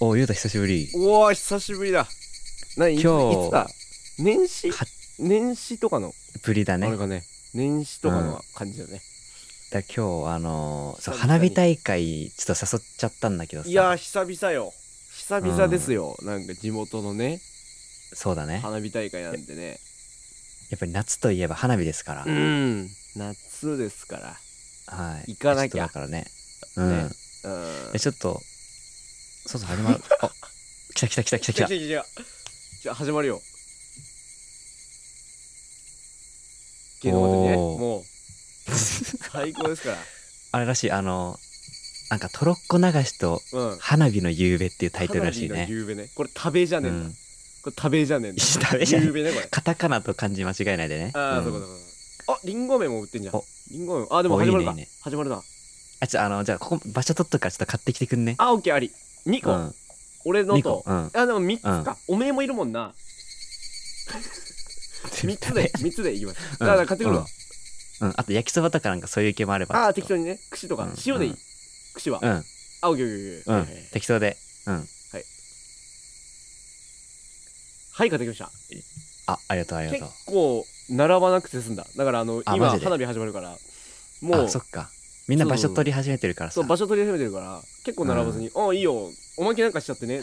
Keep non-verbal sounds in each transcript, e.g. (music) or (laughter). お、ゆうた久しぶり。おお久しぶりだ何いつ今日いつだ年始か年始とかの、ぶりだあね。れだがね年始とかの感じだね、今日、あのーそう、久々に花火大会、ちょっと誘っちゃったんだけどさ。いやー久々よ久々ですよ、なんか地元のねそうだね。花火大会なんでねやっぱり夏といえば花火ですから。うん夏ですからはい。行かなきちょゃっとだからね。うん。ねうんえ、ちょっと、そうそう、始 (laughs) まる。あ、来た来た来た来た来た来た。来た来たじゃあ始まるよ芸能までねおーもう最高ですから (laughs) あれらしい、あのーなんか、トロッコ流しと (laughs) うん花火の夕べっていうタイトルらしい花火ねの。夕べねこれ食べじゃうねえんだ、んこ。れ食べじゃねえん (laughs) だ食べじゃね夕べねこれカタカナと漢字間違えないでね。ああ、うんそうかそうかそうか。あ、リンゴ麺も売ってんじゃんお。リンゴ麺。あ、でもおいい始ねまるか。いいね始まるな。あ、ちょ、あの、じゃあ、ここ、場所取っとくから、ちょっと買ってきてくんね。あ、オッケーあり。2個。うん。俺の二と個。。うん。あ、でも3つか。おめえもいるもんな。3つ (laughs) で、3つでいきます。だから買ってくるわ。うん。うん。あと、焼きそばとかなんかそういう系もあれば。あー、適当にね。串とうかん。塩でいういん。串はう。ん。あ、オッケーオッケーうオッんケーオッケー。はい。適当で。うん。はい、買ってきました。あ、ありがとう、ありがと結う。構、並ばなくて済んだ。だから、あの、あ今、マジで花火始まるから、もあ、うそ、っか。みんな場所取り始めてるからそさう、。場所取り始めてるから、結構並ばずに、あ、いいよ。おまけなんかしちゃってね。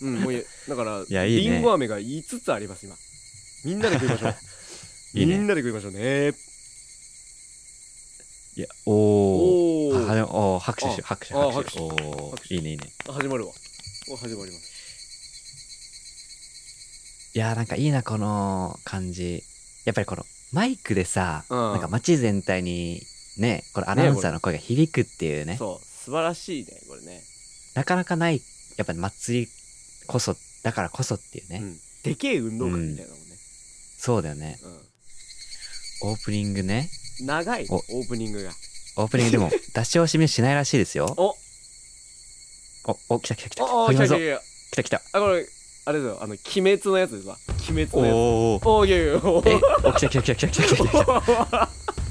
うん、もういいだから、や (laughs) いいねりんご飴が5つあります、今。みんなで食いましょう。 (laughs) いいねみんなで食いましょうね。いや、おー。おあ、ー。でも、おー拍手しよう、拍手、あ拍手。拍お拍ー。手いいね、いいね。始まるわ。お始まります。いやー、なんかいいな、この感じ。やっぱりこの、マイクでさ、うんなんか街全体に、ね、これアナウンサーの声が響くっていうね。そう、素晴らしいね、これね。なかなかない、やっぱり祭りこそ、だからこそっていうね。うんでけえ運動会みたいなもんね。そうだよね。オープニングね。うん長い、おオープニングが。オープニングで (laughs) も出し惜しみしないらしいですよ。おお、お、来た来た来た。おお始来またるぞ来た来来た来た。た。あ、これ、あれだよ、あの、鬼滅のやつですわ。鬼滅のやおーおつ。ーおー、いやいやいやおおー。えー、お、来た来た来た来た来た来た来た。や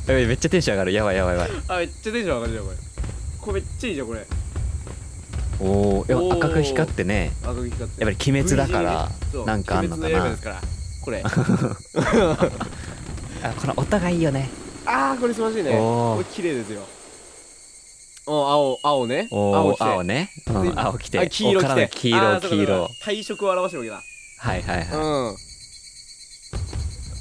ばいめっちゃテンション上がる。やばいやばいやばい。 (laughs) あ、めっちゃテンション上がるじゃん、これ。これめっちゃいいじゃん、これ。おお、やおっーぱ赤く光ってね。赤く光ってやっぱり鬼滅だから、そうなんかあんのか鬼滅の刃なです。から (laughs) これあ、このお互いいいよね。ああこれ素晴らしいねおーこれ綺麗ですよお青青ねおお、青ね。ねうん、青来て。あ黄色お来体てが黄あ色、ーそうか黄そう色か。体色を表してるわはいはいけだはうんい。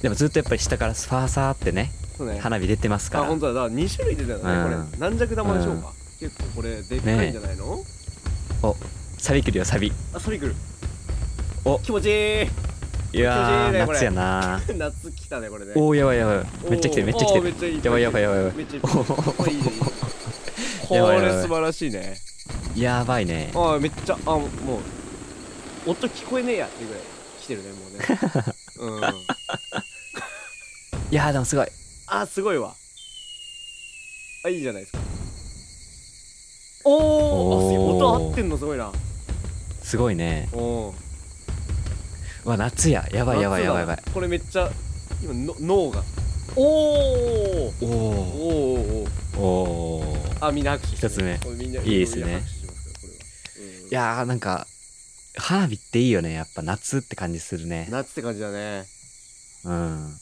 でもずっとやっぱり下からスファーサーってね、そうね花火出てますあから。本当だだから2種類出たんだねうんこれ軟弱玉でしょうか結構これでっかいんじゃないのサビ来るよ、サビ。あそれ来るお気持ちい (laughs) いいや気持ちいいねー、これ夏やな夏来たねこれねおお、やばいやばい。めっちゃ来てる、おーめっちゃ来ておーめるっ。ちゃいいやばいやばいやばいやばいめっちゃいいおーこれいいねいいねこ (laughs) れやばいやばいやばい素晴らしいねやばいね。ああめっちゃあもう音聞こえねえやっていうぐらい来てるね (laughs) もうねうんいやーでもすごい。あすごいわあいいじゃないですかおーおーお音合ってんのすごいなすごいね。おーうわ、夏や。やばいやばいやばいやばい夏。だこれめっちゃ今の脳がおおーおーおおーおーーおーあみんな拍手してる一つ目これみんないいですねみんな拍手してますからこれはうんいやーなんか、花火っていいよね。やっぱ夏って感じするね。夏って感じだねうん。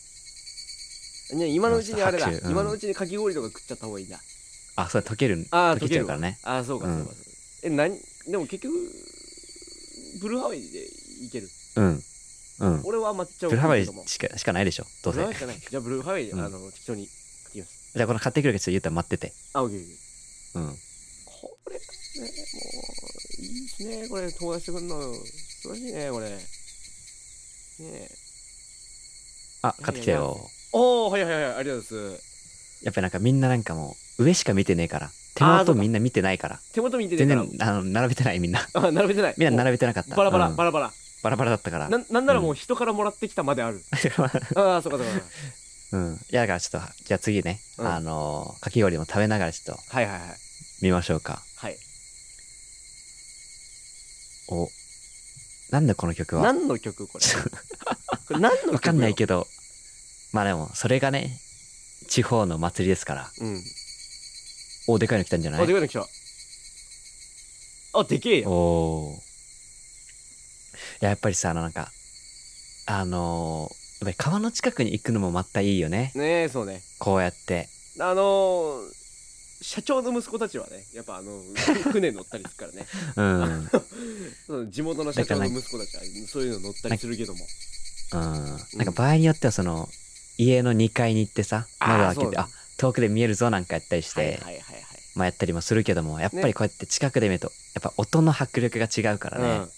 ね今のうちにあれだ拍手うん今のうちにかき氷とか食っちゃった方がいいんだあ、そうだ、溶ける。あー溶けちゃうからね。ああそうかうそんうか、えなにでも結局ブルーハワイで行けるうん。うん。俺は抹茶をブルハワイ食うけどもしかしかないでしょ。どうブルせーハ。ワイしかないじゃあブルーハワイ、うんあの適当に行きますじゃあこの買ってくるけど、ちょっとゆうた待ってて。あオッケーオッケーうん。これねもういいっすねこれ友達とくんの素晴らしいねこれねえあ、買ってきたよ。おおはいはいはいありがとうございますやっぱりなんかみんななんかもう、上しか見てねえから。手あー元そうかみんな見てないから。手元見て全ね然、あの、並べてないみんな。えからあ並べてないみんな並べてなかった。もうバラバラ、うんバラバラバラバラだったから。 (laughs) なんなんならもう人からもらってきたまである、ああそうかそうかそうかうん。いや、だからちょっと、じゃあ次ね、うんあのーかき氷も食べながらちょっとはいはいはい見ましょうか。はいお。なんだこの曲は何の曲これこれ何の曲 (laughs) よわかんないけど。まあでも、それがね、地方の祭りですから。うん。お、でかいの来たんじゃなあ、でいかいの来た。あ、でけえやん。おー。や、やっぱりさ、あの、なんか、あのーやっぱり川の近くに行くのもまたいいよね。ねえそうねこうやって。あのー社長の息子たちはねやっぱあの (laughs) 船乗ったりするからねうん。う (laughs) ん。その地元の社長の息子たちはそういうの乗ったりするけどもなんか場合によっては、その、家の2階に行ってさ、あー窓開そけうて、だあ遠くで見えるぞなんかやったりして、はいはいはいはいまあやったりもするけども、やっぱりこうやって近くで見ると、やっぱ音の迫力が違うからね。うん、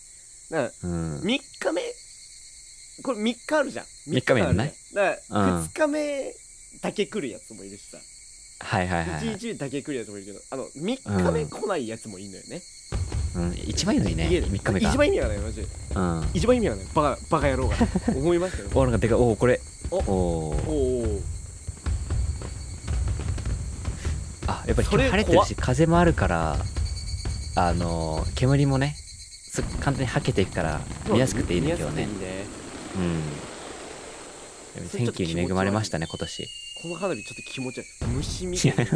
だかうん。ら3日目これ3日あるじゃん三日目あるじゃんねだからうん2日目だけ来るやつもいるしさ、はいはいはい、は1い。日目だけ来るやつもいるけどあの3日目来ないやつもいるのよね、うん。一番いいのにね、家で3日目一が。番意味がないマジでうん。一番意味がないバカバカ野郎が (laughs) 思いましたよお、なんかでかい、おお、これ。おおおーおおあ、やっぱりそ今れ日晴れてるし、風もあるから、あのー、煙もね、す簡単にはけていくから、見やすくていいね、今日ね見。やすくていいねうん。でもそれ天ちょっと気に恵まれましたね、今年。この花火ちょっと気持ち悪い虫みたいない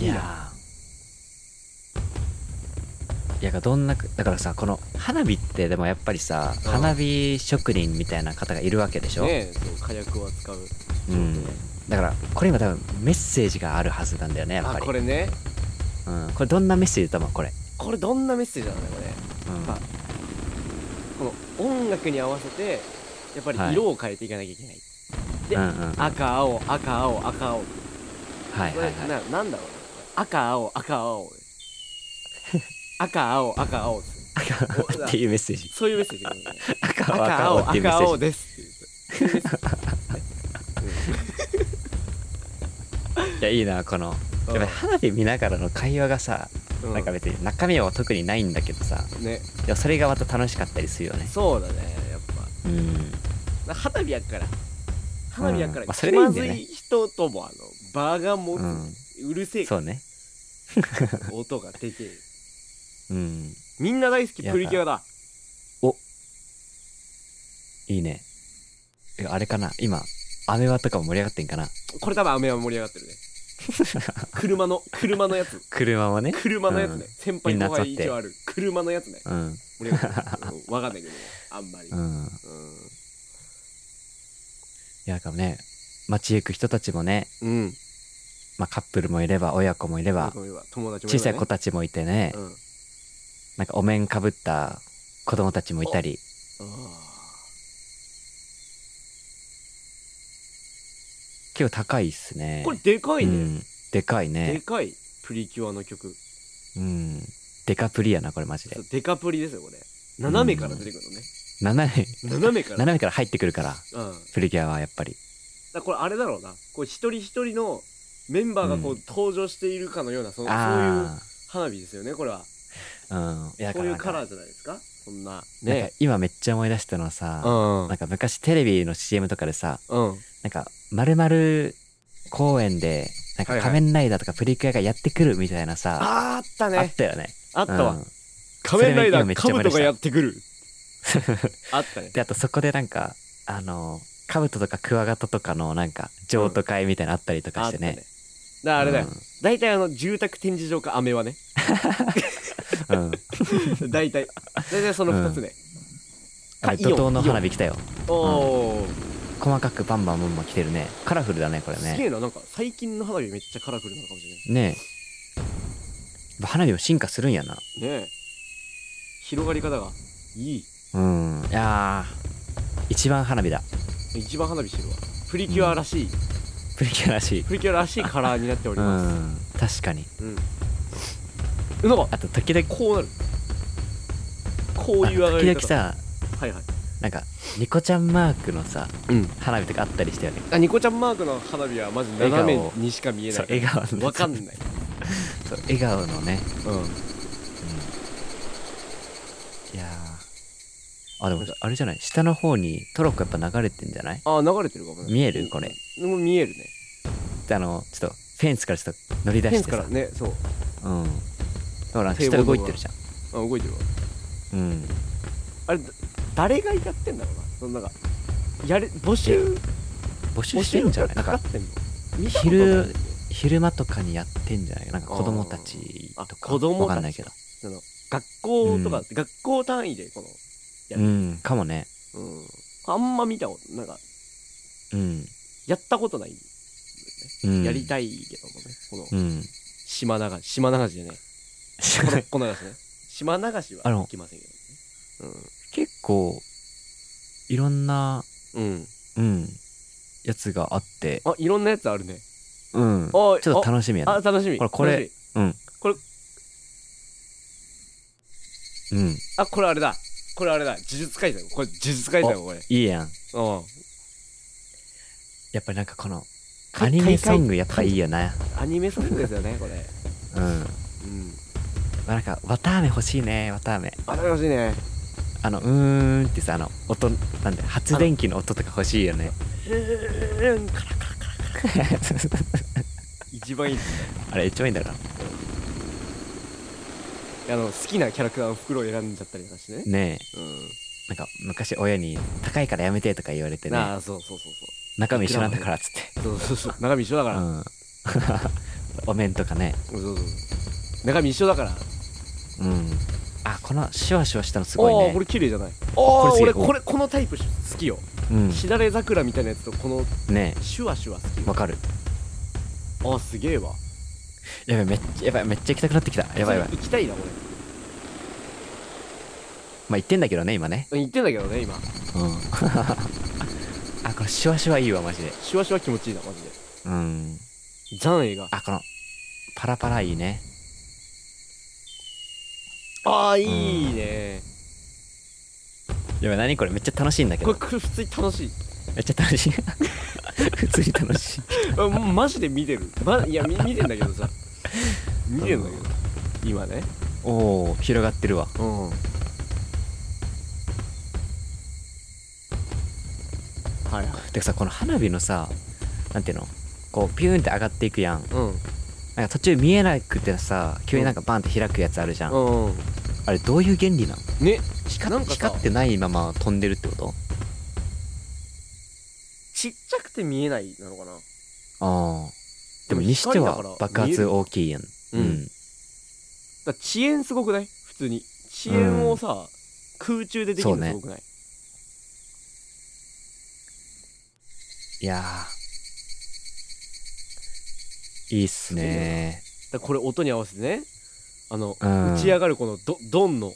い (laughs) いなやー。いや、どんなく、だからさ、この花火って、でもやっぱりさ、うん花火職人みたいな方がいるわけでしょ、ねえそう火薬を扱ううん。だから、これ今多分メッセージがあるはずなんだよね、やっあぱり。これねうん。これどんなメッセージだもん、これ。これどんなメッセージなのねこうれん。まあこの音楽に合わせてやっぱり色を変えていかなきゃいけない、でうんうんうん、はい赤青赤青赤青はいこれ、はい。ななんだろうね赤青 (laughs) 赤青赤青赤青です赤青っていうメッセージ。そういうメッセージだよね赤青赤赤青青っていうメ赤ッセー青ジ。ですっていうそういうメッセージいや、いいな、この。うやっぱり花火見ながらの会話がさ、うなんか別に中身は特にないんだけどさ、ねでもそれがまた楽しかったりするよね。そうだねやっぱうん。な花火やっから花火やっから、まあそれがいいんだよね気まずい人ともあの場が持つ、ううんるせえそうね。音がでけえうん。みんな大好きプリキュアだいいね。いやあれかな、今、アメバとかも盛り上がってんかな。これ多分雨は盛り上がってる (laughs) ね車の車のやつ車もね。車のやつうんね、み先輩んな後集まって輩一応ある車のやつねうん。盛り上がってるうんわかんないけどねあんまり、ううんん。いや、なんかね、街行く人たちもね、うん、まあカップルもいれば、親子もいれば、友達もいるわね小さい子たちもいてね、うん、あなんかお面かぶった子供たちもいたり、ー結構高いっすね。これでかいね、うん、でかいでね。かいプリキュアの曲うん。デカプリやな、これマジでそう。デカプリですよこれ斜めから出てくるのね、斜め、斜めから斜めから入ってくるから、うん、だかプリキュアはやっぱり。らこれあれだろうなこう一人一人のメンバーがこう、うん登場しているかのようなそのそういうあ花火ですよねこれはあ、うん。いやだそからういなうんカか、ラーじゃないですかそんななんか今めっちゃ思い出したのはさ、んなんか昔テレビの CM とかでさ、うんなんか、まる公園で、なんはかいはい仮面ライダーとかプリキュアがやってくるみたいなさ、あーあったあっねたよね。あったわ、うん仮面ライダそれめーっちゃカ思ブい出トしたがやってくるあった (laughs) ねで、あとそこでなんか、あの、カブトとかクワガタとかのなんか、譲渡会みたいなのあったりとかあしってたねね。だからあれだよ、うん大体あの住宅展示場かアメ (laughs) はねうん。大体大体その2つね、あれ、怒涛の花火来たよ。おおー、細かくバンバンバンバン来てるね。カラフルだね、これすげね。えななんか最近の花火めっちゃカラフルなのかもしれないねえ。花火も進化するんやな。ねえ広がり方がいいうん。いやー、一番花火だ。一番花火してるわプリキュアらしい、プリキュアらしい。プリキュアらしいカラーになっておりうまん。確かに。すうん、なんかあと、時々、こうなるこういう上が時り々方さ、はいはいなんか、ニコちゃんマークのさ、うん花火とかあったりしたよね。あニコちゃんマークの花火はマジ斜め笑顔にしか見えそなう、笑い顔のね。わかんない、そう笑顔のね。ういやー。あ、でも、あれじゃない下の方にトロッコやっぱ流れてんじゃないん、あ流れてるかもね見えるこれうん見えるねであの、ちょっと、フェンスからちょっと乗り出フェンしスてかさら。ねそううん。ほら、堤防下の動いてるじゃん。あ動いてるわうん。あれだ誰がやってんだろうなそのなんかやれ募集募集募して集んじゃないなかんかかってんの昼昼間とかにやってんじゃないなんか子供たちとあか子供たちわかんないけどその学校とか、学校単位でこのやるうん、かもね。うんあんま見たことなんかうん。やったことない、うん、やりい。たいけどもねこのうん。島流し島流しじゃねえこのこの流し (laughs) ね島流しはあの行きませんけどね結構、いろんな、うん、うん、うん、やつがあって、あいろんなやつあるねうん。ちょおいっと楽しみやあな。楽しみほらこれ楽しうん。これ、うん。いみあこれあれだこれあれだ呪術改善これ呪術改善これいやん。うんやっぱりなんかこの、かアニメソングやっぱいいよな。アニメソングですよねこれうん。うんまあ、なんか、わたあめ欲しいね、わたあめ。あ楽しいねあの、うーんってさ、あの、音、なんで、発電機の音とか欲しいよね。 (laughs) うんカラカラ一番いいですねあれ、一番いいんだから。あの好きなキャラクターの袋を選んじゃったりとかしてねねうんえ、なんか、昔親に、高いからやめてとか言われてね、ああそうそうそう中身一緒なんだからっつって。そうそうそうそう中身一緒だかうら、うん、ん。 (laughs) お面とかね。そうそうそう中身一緒だからうん。あ、この、シュワシュワしたのすおごいーねこ。れ綺麗じゃないおこおれすげえ俺これこのタイプ好きよ、うん。しだれ桜みたいなやつとこのねシュワシュワ好え、わかる。きああすげえわやばい、めっちゃ、やばい、めっちゃ行きたくなってきた。やばいやばい。行きたいなこれまあ、行ってんだけどね、今ね。言ってんだけどね今うん。 (laughs) あ、このシュワシュワいいわ、マジで。シュワシュワ気持ちいいなマジでうん。残影があ、この、パラパラいいね。ああいいねやばい、何これ、めっちゃ楽しいんだけこれど。これ普通に楽しいめっちゃ楽しい。 (laughs) 普通に楽しい。あもうマジで見てる、ま、いやみ見てんだけどさ見てんだけど今ねおお、広がってるわ。うんはいはいてかさ、この花火のさ、なんていうのこう、ピューンって上がっていくやん。うんなんか途中見えなくてさ、急になんかバンって開くやつあるじゃん。うんあれ、どういう原理なのね光なんっかさ光ってないまま飛んでるってことちっちゃくて見えないなのかなああ。ででももにしては光だから爆発大きいやん。見えるだから遅延すごくない普通に遅延をさ、空中でできるのすごくない、いやー。いいっすねだからこれ音に合わせてねあの、うん打ち上がるこのドドンの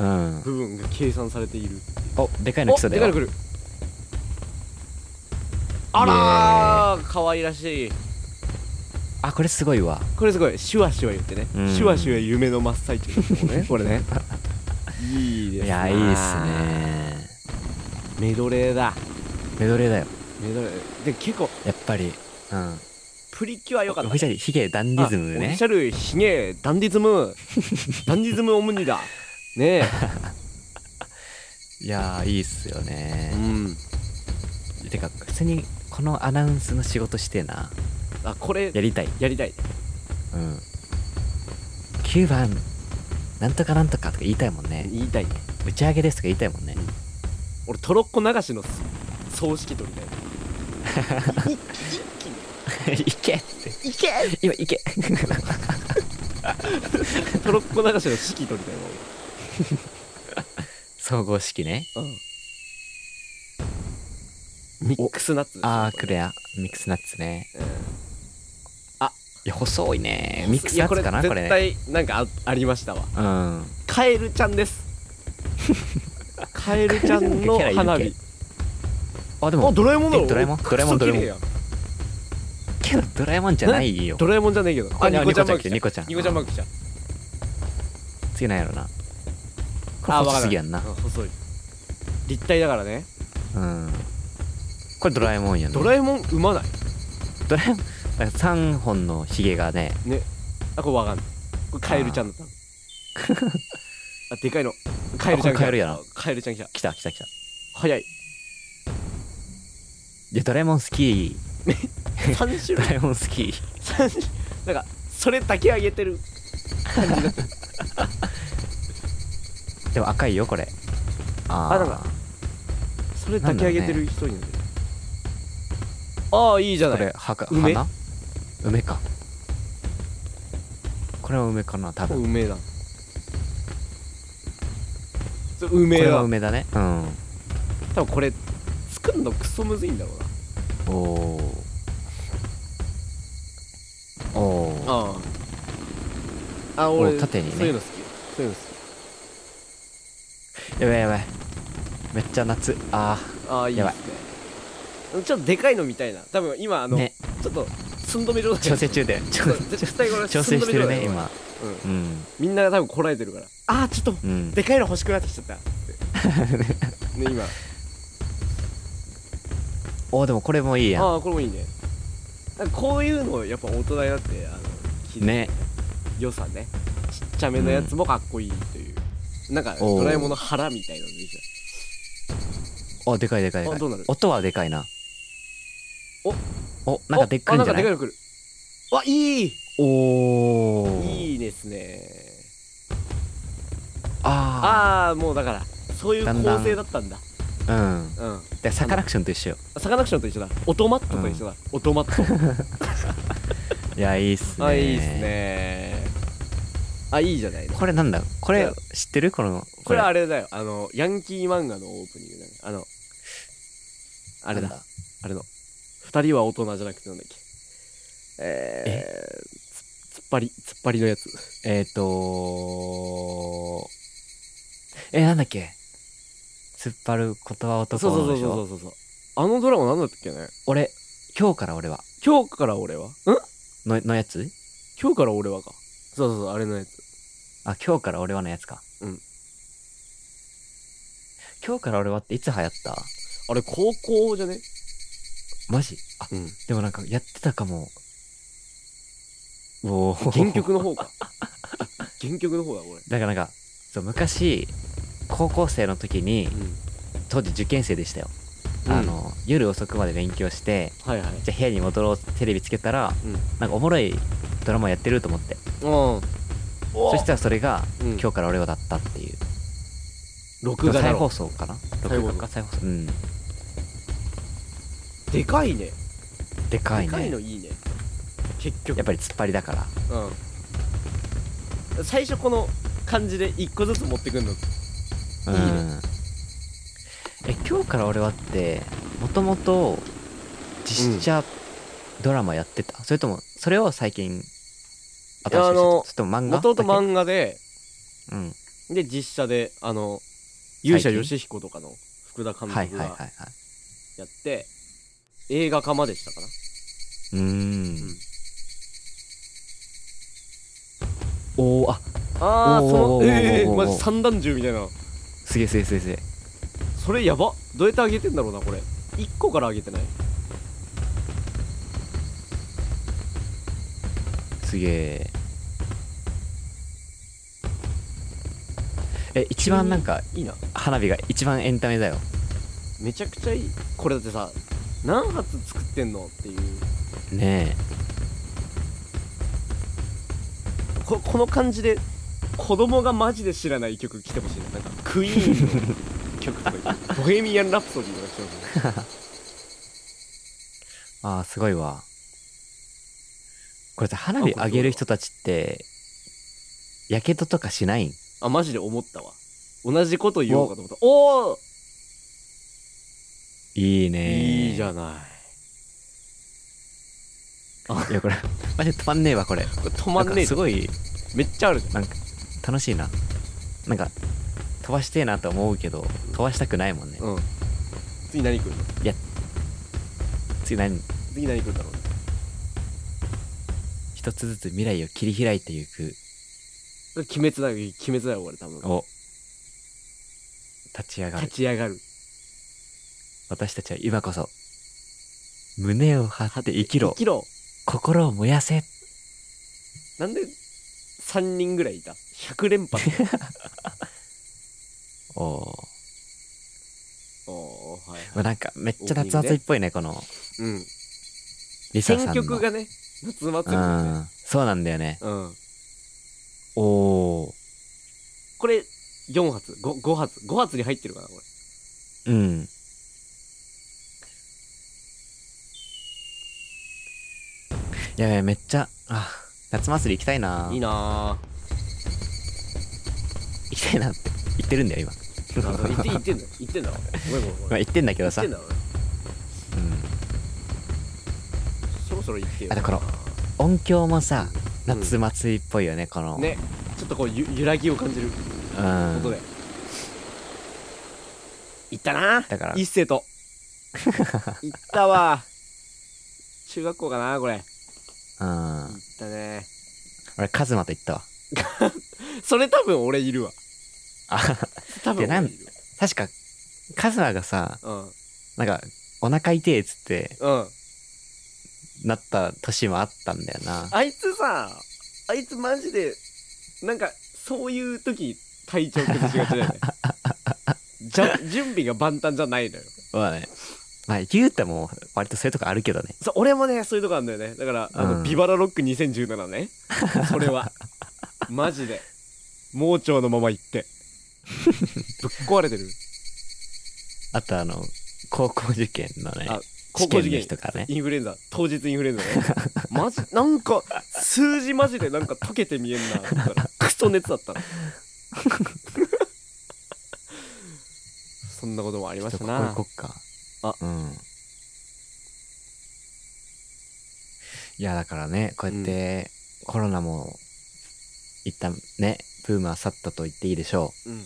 うん。部分が計算されているお、でかいのお来そうだでかいのよ。来るあらー可愛らしいあ、これすごいわ。これすごいシュワシュワ言ってね、うんシュワシュワ夢の真っ最中ですもんねこ (laughs) れねいいでいすやなー、いいっすメドレーだねメドレーだよ。メドレーで結構やっぱり。うん。プリキュア良かったオフィシャルヒゲダンディズムあオフィねシ。ャルヒゲダンディズ (laughs) ムダンディズムオムニだねいやー、いいっすよえ、うねん、てか、普通にこのアナウンスの仕事してえな。あこれやりたい。やりたいうん。9番、なんとかなんとかとか言いたいもんね。言いたいね打ち上げですとか言いたいもんね。俺トロッコ流しの葬式取りたい一気に (laughs) 行けって。一気にいけ今行け。 (laughs) トロッコ流しの式取りたいわ総合式ね。俺うんミックスナッツあー、クれ、レア。ミックスナッツね。うんいや、細いね。ミックスナッツかいなやこれね。絶対なんかあありましたわうん。カエルちゃんです (laughs) カエルちゃんのカエルちゃんな花んかキャラいる火あ、であも、ドラえもんだろえドラえもんクソドラえもんドラえもん綺麗やけどドラえもんじゃないよド。ラえもんじゃねえけど。あニコちゃんマーク来たニコちゃんニコちゃんマーク来た。次なんやろな。これ細すぎやんなあ。わかるうん細い。立体だからね。うん。これドラえもんやね。ドラえもん生まない。ドラえもん。だから3本のヒゲがね、あ、これわかんない。これカエルちゃんだったの。あ、でかいの。カエルちゃあこれん来たカエルやな。カエルちゃん来た。来た来た来た。(laughs) 早い。いや、ドラえもん好き。三ド種類。ラえもん好き。三種類。なんか、それだけあげてる。でも赤いよ、これ。ああなんあか。それだけあげてる人になってる。ああ、いいじゃこなれい。はか梅花梅かこれは梅かな多分梅だ。梅これはだ梅だねうん多分これ作るのクソむずいんだろうなおおおーあああお俺縦にねそういうの好きそういうの好やばいやばいめっちゃ夏あきああいいやでばいすねちょっとでかいのみたいな多分今ああの、ねちょっと寸止め状態調整中で (laughs) ちょっと絶対これ調整してるね寸止め状態だよ今これうんうんみんな多分こらえてるからああちょっとうんでかいの欲しくなってきちゃったってね今おーでもこれもいいやんああこれもいいねなんかこういうのやっぱ大人になってあの気づくね良さねちっちゃめのやつもかっこいいという、なんかおうドラえもんの腹みたいなのできたおでかいでかいでかあいどうなる音はでかいなおおなんかでっかいんじゃなおあいんかでっかいの来るわいいおおいいですねあああもうだからそういうだんだん構成だったんだあうんうんでサカナクションと一緒よサカナクションと一緒だオトマットと一緒だ、オトマットいやいいっすねあいいですねあいいじゃないのこれなんだこいれや知ってるこのこれあれだよあのヤンキー漫画のオープニングだねあのあれだなんだあれの二人は大人じゃなくてなんだっけえー、つつっぱりつっぱりのやつえっ、ー、とえなんだっけ突っ張る言葉そう男そうのそでうしょそうそうそうあのドラマなんだったっけね俺今日から俺は今日から俺はんののやつ今日から俺はかそうそうそうあれのやつあ今日から俺はのやつかうん今日から俺はっていつ流行ったあれ高校じゃねマジあうんでもなんかやってたかもおお原曲の方 (laughs) か原曲の方だこれだからなんかそう昔高校生の時にうん当時受験生でしたよ、うんあの夜遅くまで勉強してはいはいじゃあ部屋に戻ろうってテレビつけたら、うんなんかおもろいドラマやってると思ってうんそしたらそれが、うん今日から俺はだったっていう録画だ再ろ放送かな再放送録画か再放送うんでかいねでかいでかいねのいいね結局やっぱり突っ張りだからうん最初この感じで一個ずつ持ってくんのうんいいねえ今日から俺はってもともと実写ドラマやってた、それともそれを最近新しくしてたあのそれとも漫画もともとだ漫画でけうんで実写であの勇者最近ヨシヒコとかの福田監はい督はいはいはがいやって映画化までしたかなうーんおおあああおーそおのーええおーおーマジ三段銃みたいなすげえすげえすげえすげえそれやばどうやって上げてんだろうなこれ1個から上げてないすげええ一番なんかいいない花火が一番エンタメだよめちゃくちゃいいこれだってさ何発作ってんのっていうねここの感じで子供がマジで知らない曲来てほしいななんかクイーンの曲とかボヘミアン・ラプソディとか来てほしいえあーすごいわこれさ花火上げる人たちってやけどとかしないんあマジで思ったわ同じこと言おうかと思ったおおいいねいいじゃんないいやこれマジで止まんねえわこれこれ止まんなねんえかすぞごいめっちゃあるじゃんなんか楽しいななんか飛ばしてえなとは思うけど飛ばしたくないもんね、うん次何来るの次何次何来るんだろうね一つずつ未来を切り開いていくこれ鬼滅だよ鬼滅だよ俺多分を立ち上がる立ち上がる私たちは今こそ胸を張って生きろ生きろ心を燃やせなんで3人ぐらいいた100連発おおおおはいはい、なんかめっちゃ夏暑いっぽいねこのうんリサさんの選曲がね夏祭りうだねんそうなんだよねうんおおこれ4発 5, 5発5発に入ってるかなこれうんやべえめっちゃあ夏祭り行きたいないいな行きたいなって言ってるんだよ今言って言ってんだ言ってんだ俺ごめんごめんごまあ (laughs) めん言ってんだけど言さ、ってうんん、だ俺そろそろ言ってよあとこの音響もさ夏祭りっぽいよねこの、ねちょっとこうゆ揺らぎを感じるうことんで行ったなだから一 (laughs) 世と行ったわ中学校かなこれうん行ったね俺カズマと行ったわそれ多分俺いるわあ多分でなん俺いる確かカズマがさわなんかお腹痛えっつってうんうんなった年もあったんだよなあいつさあいつマジでなんかそういう時体調崩しがち (laughs) だよねじゃ準備が万端じゃないのよまあねまあ言うても割とそういうとこあるけどねそう俺もねそういうとこあるんだよねだからあの、うんビバラロック2017ねそれ (laughs) はマジで盲腸のまま行ってぶっ壊れてるあとあの高校受験のねあ高試校験の受験日とかねインフルエンザ当日インフルエンザねマジなんか数字マジでなんか溶けて見えんなと思ったらクソ熱だったのそんなこともありまちょしっとたここ行なこっかあうんいやだからねこうやってコロナも一旦ねブームは去ったと言っていいでしょううん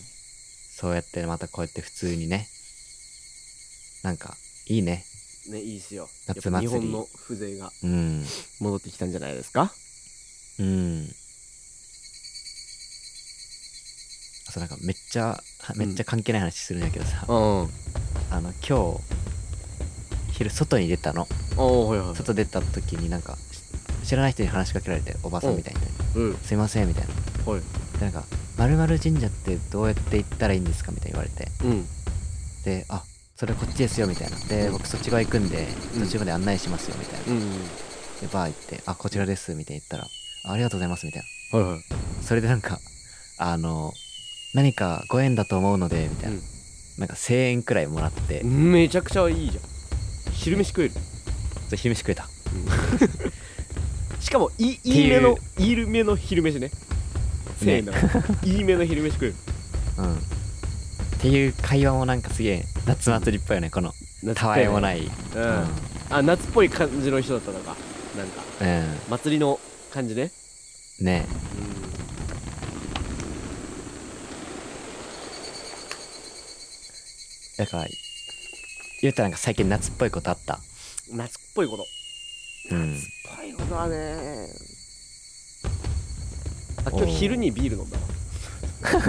そうやってまたこうやって普通にねなんかいいねねいいっすよやっ夏ぱ日祭り本の風情がうん戻ってきたんじゃないですかうんあそうなんかめっちゃはめっちゃ関係ない話するんやけどさ、うんうんあの今日昼外に出たのおーはいはい外出た時になんかし知らない人に話しかけられておばさんみたいにうん「すいません」みたいなはい「でなんか〇〇神社ってどうやって行ったらいいんですか?」みたいに言われてうんで「あそれこっちですよ」みたいなでうん僕そっち側行くんでうん途中まで案内しますよみたいなうんでバー行って「あこちらです」みたいに言ったらあ「ありがとうございます」みたいはいはないそれでなんかあの何かご縁だと思うのでみたいな、うんなんか1000円くらいもらってめちゃくちゃいいじゃん昼飯食える、昼飯食えたしかもいていういいめのいいめの昼飯ね1000円だから、いいめの昼飯食えるうんっていう会話もなんかすげえ夏祭りっぽいよねこのたわいもない、うん、うんあ夏っぽい感じの人だったのかなんかう祭りの感じねんねだから言うたらなんか最近夏っぽいことあったうん夏っぽいことうん夏っぽいことはねあ今日昼にビール飲んだ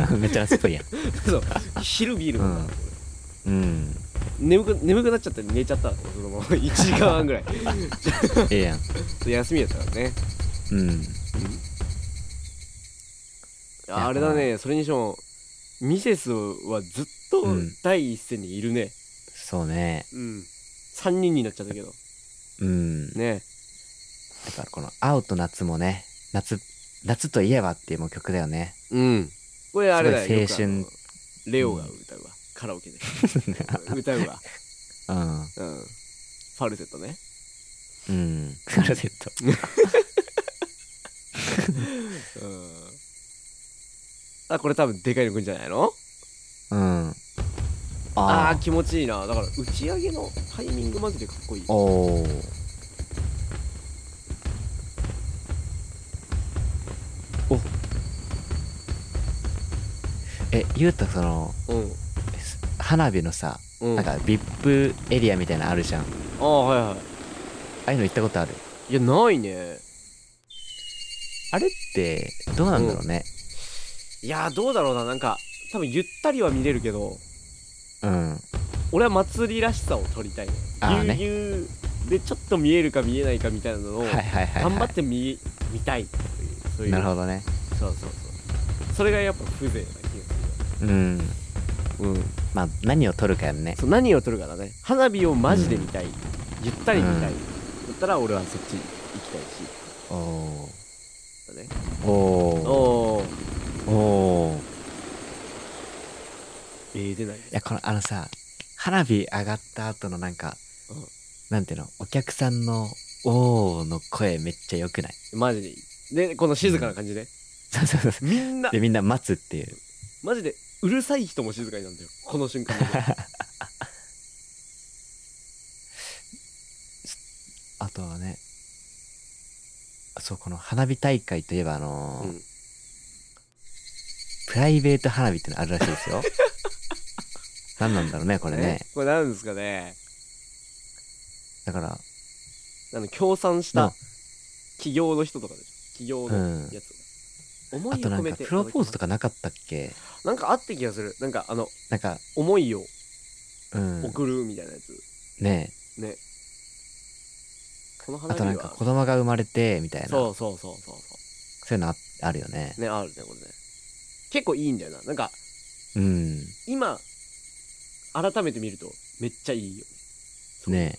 わ (laughs) (laughs) めっちゃ夏っぽいやんそう昼ビール飲んだわ、うん眠く眠くなっちゃって寝ちゃったわそのまま1時 (laughs) 間半ぐらいええやん休みやったからねうんああれだねそれにしてもミセスはずっとうん第一線にいるねそうねうん、三3人になっちゃったけどうんだねからこの「青と夏」もね夏夏といえばっていうもう曲だよ (laughs) ねうんこれあれだすごいよ青春よくあのレオが歌うわ、カラオ (laughs) ケで歌うわうんうんファルセットねうんカルセットうんあこれ多分でかいのくんじゃないのうんああああー気持ちいいなだから打ち上げのタイミングマジでかっこいいおーおえゆうたそのうんす花火のさ、うんなんか VIP エリアみたいなのあるじゃんあああはいはあいうの行ったことあるいいやないねあれってどうなんだろうねいやーどうだろうななんか多分ゆったりは見れるけどうん、俺は祭りらしさを撮りたいねあーねぎゅうぎゅうでちょっと見えるか見えないかみたいなのをはいはいはい、はい、頑張って見,、見たいっていうそういうなるほどねそうそうそうそれがやっぱ風情な気がうんするうんまあ何を撮るかやんねそう何を撮るかだね花火をマジで見たい、ゆったり見たうい、だったら俺はそっち行きたいしおおだねーおおおーおーええ出ないいやこのあのさ花火上がった後のなんか、うんなんていうのお客さんの「おー」の声めっちゃ良く (laughs) ないマジでいいでこの静かな感じね、そうそうそうみんなでみんな待つっていうマジでうるさい人も静かになんだよこの瞬 (laughs) 間だけあとはね、そう、この花火大会といえば、あのーうんプライベート花火ってのあるらしい (laughs) ですよ。何なんだろうね、これねえ。これなんですかねだから、あの協賛しまたあ企業の人とかでしょ企業のやつ、思あいをとな込んめか、てプロポーズとかなかったっけなんかあった気がするなんかあのなんか、思いをうん。送るみたいなやつ、ねねこのあ花火とはなんか、子供が生まれて、みたいな。そそうそうそうそうそうういうのああるよね。ねあるねこれね結構いいんだよななんかうん。今改めて見るとめっちゃいいよそうね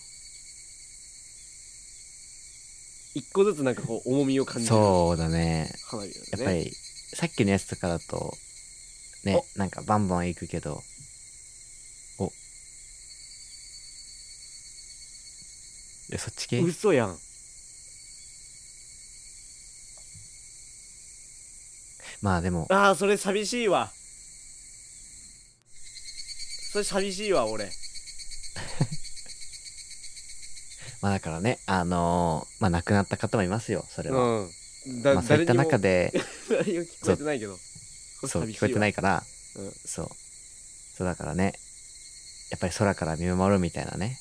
一個ずつなんかこう重みを感じるそうだね。花火だよねやっぱり、さっきのやつとかだと、ね、なんかバンバン行くけど、お。え、そっち系嘘やんまあでも、ああそれ寂しいわそれ寂しいわ俺まあだからね、あのーまあ亡くなった方もいますよ、それは。うんだまあそういった中でで、誰にも聞こえてないけどそう、聞こえてないいから、うんそう。そうだからね、やっぱり空から見守るみたいなね。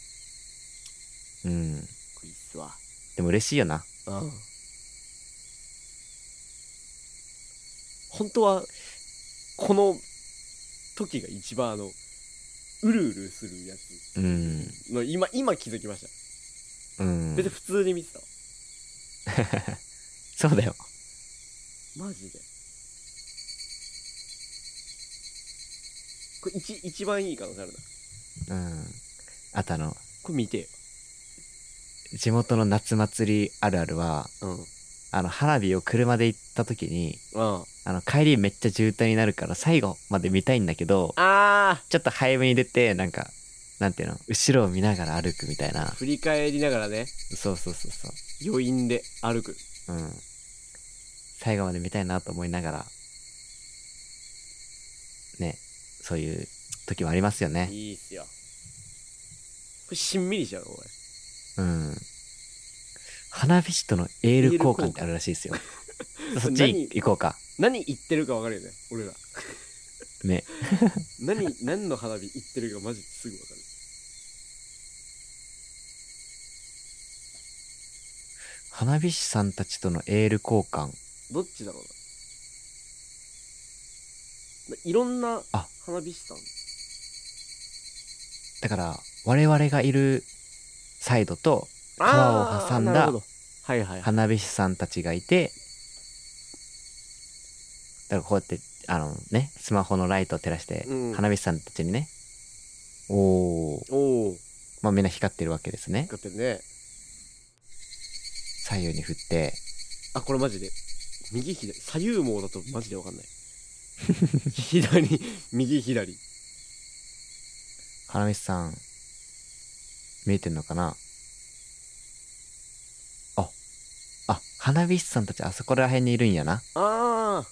うん。いいっすわでも嬉しいよな。うん本当はこの時が一番あのうるうるするやつうん。の今今気づきましたうん。別に普通に見てたわそうだよ。マジでこれ一一番いい可能性あるなうん。あとあの、これ見てよ地元の夏祭りあるあるは、うんあの、花火を車で行った時に、うんあの、帰りめっちゃ渋滞になるから最後まで見たいんだけど、あちょっと早めに出て、なんか、なんていうの、後ろを見ながら歩くみたいなー。振り返りながらねそうそうそうそ余韻で歩くう。うん。最後まで見たいなと思いながら、ね、そういう時もありますよね。いいっすよこれしんみりしちゃうこうれん。花火師とのエール交換ってあるらしいですよ。そっち何行こうか。何言ってるか分かるよね俺らね。 (laughs) 何何の花火言ってるかマジですぐ分かる花火師さんたちとのエール交換。どっちだろうないろんなあ花火師さんだから、我々がいるサイドと、川を挟んだあーなるほどはいはいはい花火師さんたちがいて、だからこうやって、あのね、スマホのライトを照らしてう、ん花火師さんたちにね、おー、おおまあみんな光ってるわけですね。使ってるね左右に振って、あこれマジで右左左右網だとマジで分かんない (laughs) 左右左花火師さん、見えてんのかなあ、あ、花火師さんたちあそこら辺にいるんやな。ああ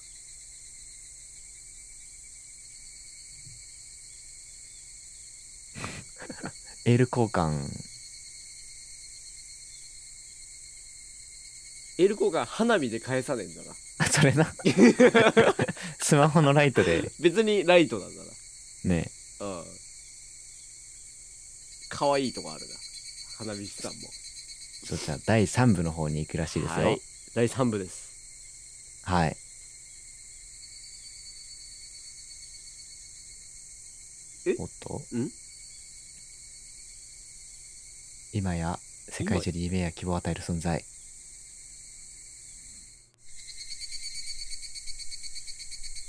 エール交換、エルコが花火で返さねえんだなあそれ (laughs) な。スマホのライトで、別にライトなんだなね、うん。可愛いとこあるな。花火師さんも。そうじゃあ第3部の方に行くらしいですよ。はい。第3部です。はい。えおっとん今や世界中に夢や希望を与える存在。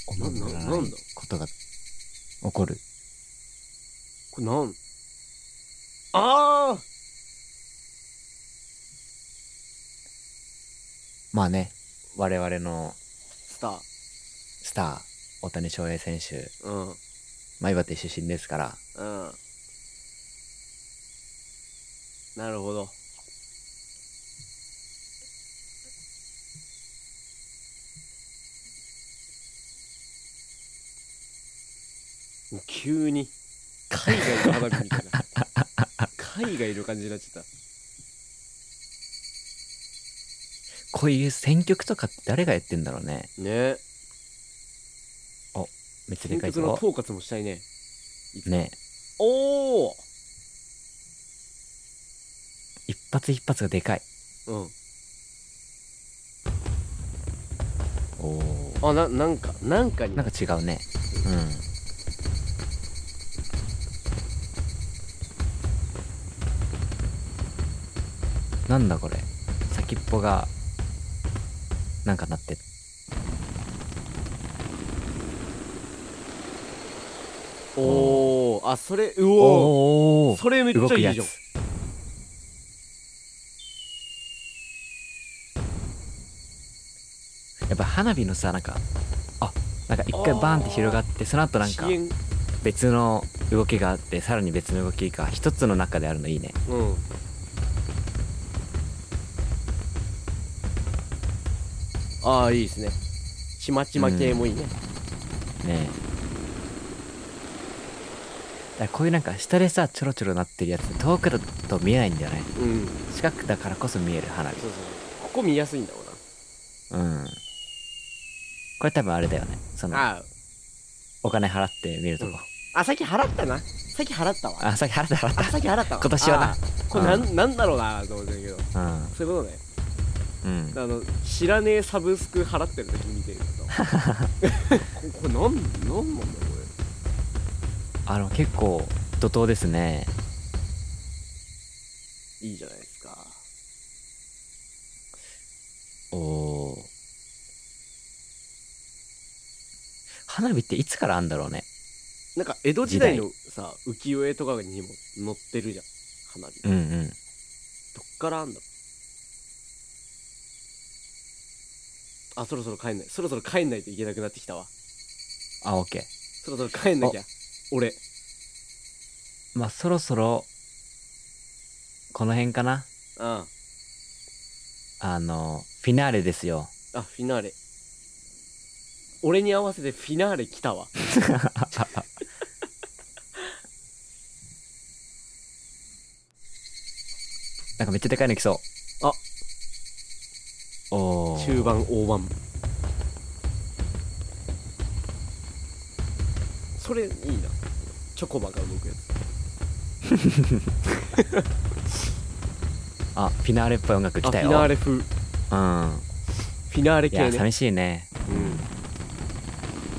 思ないもなよらななんいだことが起こる。これなんああまあね、我々のスター。スター、大谷翔平選手、うん。まあ岩手出身ですから、うん。なるほど。急に海外の花火み (laughs) たいな海外の感じになっちゃったこういう選曲とかって誰がやってんだろうねねめっちゃで選かい曲のぞ統括もしたいねねおお一発一発がでかいうんおおあななんかなんかになんか違うねうんなんだこれ先っぽがなんかなってるおおあそれうおーおおそれめっち動ゃくいいやじゃんつやっぱ花火のさなんかあなんか一回バーンって広がってその後なんか遅延別の動きがあってさらに別の動きが一つの中であるのいいねうんああいいですねちまちま系もいいね、ねえだからこういうなんか下でさちょろちょろなってるやつ遠くだと見えないんだよねうん、近くだからこそ見える花火そうそうここ見やすいんだろうなうんこれ多分あれだよねそのあお金払って見るとこ、あ、あ、さっき払ったな。さっき払ったわ。あさっき払った払あ、っさっき払ったわ。今年はなあー。これなん、なんだろうなと思ってたけど。たそういうことね。うんうんあの、知らねえサブスク払ってる時見てると。 (laughs) ここれなん、なんなんだろうあの結構怒涛ですねこれ。いいじゃないですか。おお花火っていつからあんだろうねなんか、江戸時代のさ、浮世絵とかにも載ってるじゃん。花火。うんうんどっからあんだあ、そろそろ帰んない。そろそろ帰んないといけなくなってきたわ。あオッケーそろそろ帰んなきゃ。俺。まあそろそろこの辺かなうん。あ、あのフィナーレです (laughs) よフィナーレ。俺に合わせてフィナーレ来たわ。なんかめっちゃでかいの来そうあおー中盤大盤それいいなチョコバが動くやつあフィナーレっぽい音楽来あたよフィナーレ風フうんィナーレい系やね、寂しいね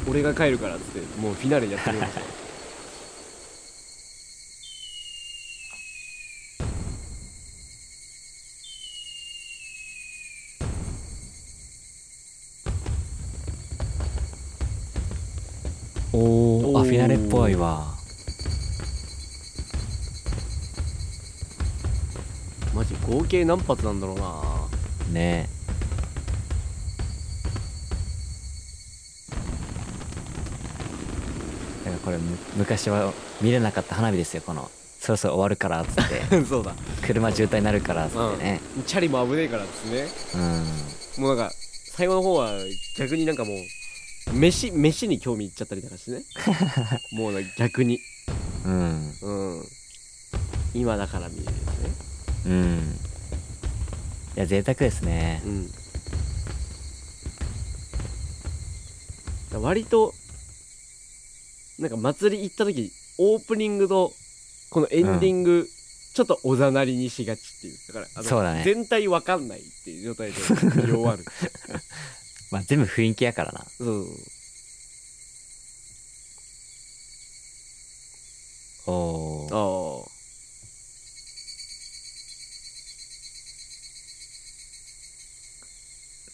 うん、俺が帰るからっつってもうフィナーレやって (laughs) みましたおーおーあフィナーレっぽいわマジ合計何発なんだろうなねだからこれむ昔は見れなかった花火ですよこのそろそろ終わるからっつって (laughs) そうだ車渋滞になるからっつってねチャリも危ねえからっつってねうんもうなんか最後の方は逆になんかもう飯飯に興味いっちゃったりとかして (laughs) ねもうなんか逆にうんうん今だから見えるよねうんいや贅沢ですねうん、割となんか祭り行った時オープニングとこのエンディング、ちょっとおざなりにしがちっていうだからあのそうだね全体わかんないっていう状態で見終 (laughs) わるまあ全部雰囲気やからなそうおおーああ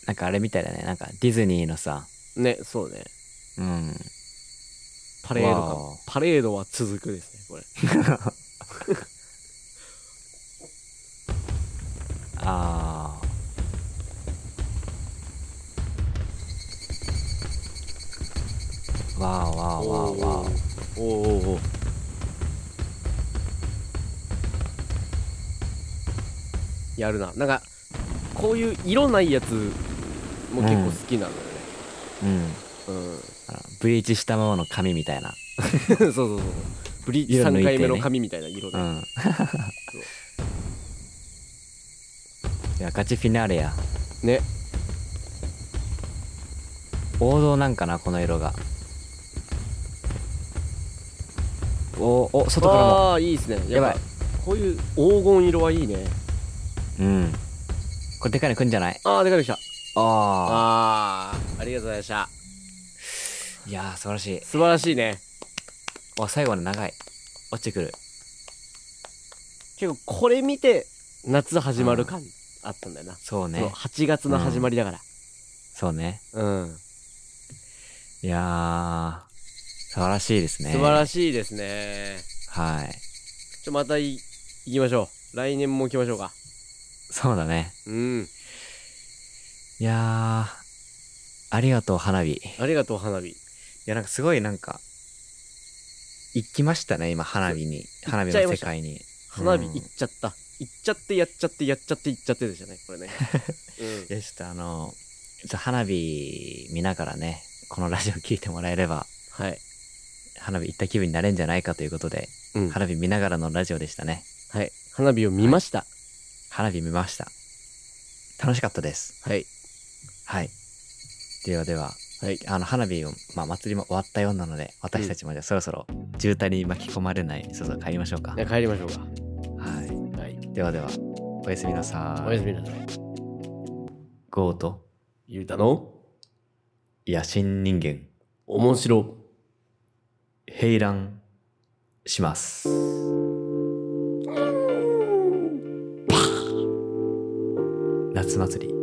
なんかあれみたいだねなんかディズニーのさねそうねうんパレードわかあパレードは続くですねこれああわあわあわあわあおーおーおーおーやるななんかこういう色ないやつも結構好きなのよねうんうん、あのブリーチしたままの髪みたいなそうそうそうブリーチ色抜いてね3回目の髪みたいな色で、うん。いや、ガチフィナーレや。ね王道なんかな、この色が。お、お、外からも。ああーいいですねやばいっぱこういう黄金色はいいねうん。これでかいの来んじゃないああでかいの来たあああありがとうございましたあ。いやー、素晴らしい。素晴らしいねお、最後の長い。落ちてくる。結構これ見て夏始まる感あったんだよな、そうそうね。 8月の始まりだからそうね。うん、いやー、素晴らしいですね。素晴らしい。しいですねはい。ちょまたい行きましょう来年も行きましょうかそうだね。うんいやー、ありがとう、花火。ありがとう花火いや、なんかすごいなんか、行きましたね、今、花火に。花火ちゃいのま世した界に。花火うん行っちゃった、行っちゃってやっちゃってやっちゃって行っちゃってでしたね (laughs) これね、うんいや、ちょっとあの、ちょっと花火見ながらね、このラジオ聞いてもらえれば、はい、花火行った気分になれんじゃないかということで、うん花火見ながらのラジオでしたね。はい、花火を見ました、花火見ました。楽しかったです。はいはい。ではでは、はいあの、花火を、まあ、祭りも終わったようなので、私たちもじゃあそろそろ渋滞に巻き込まれない、そろそろ帰りましょうか。じゃあ帰りましょうかははいい。ではでは、おやすみなさおやいす。みなさいゴートゆうたの野心人間面白平乱します夏祭り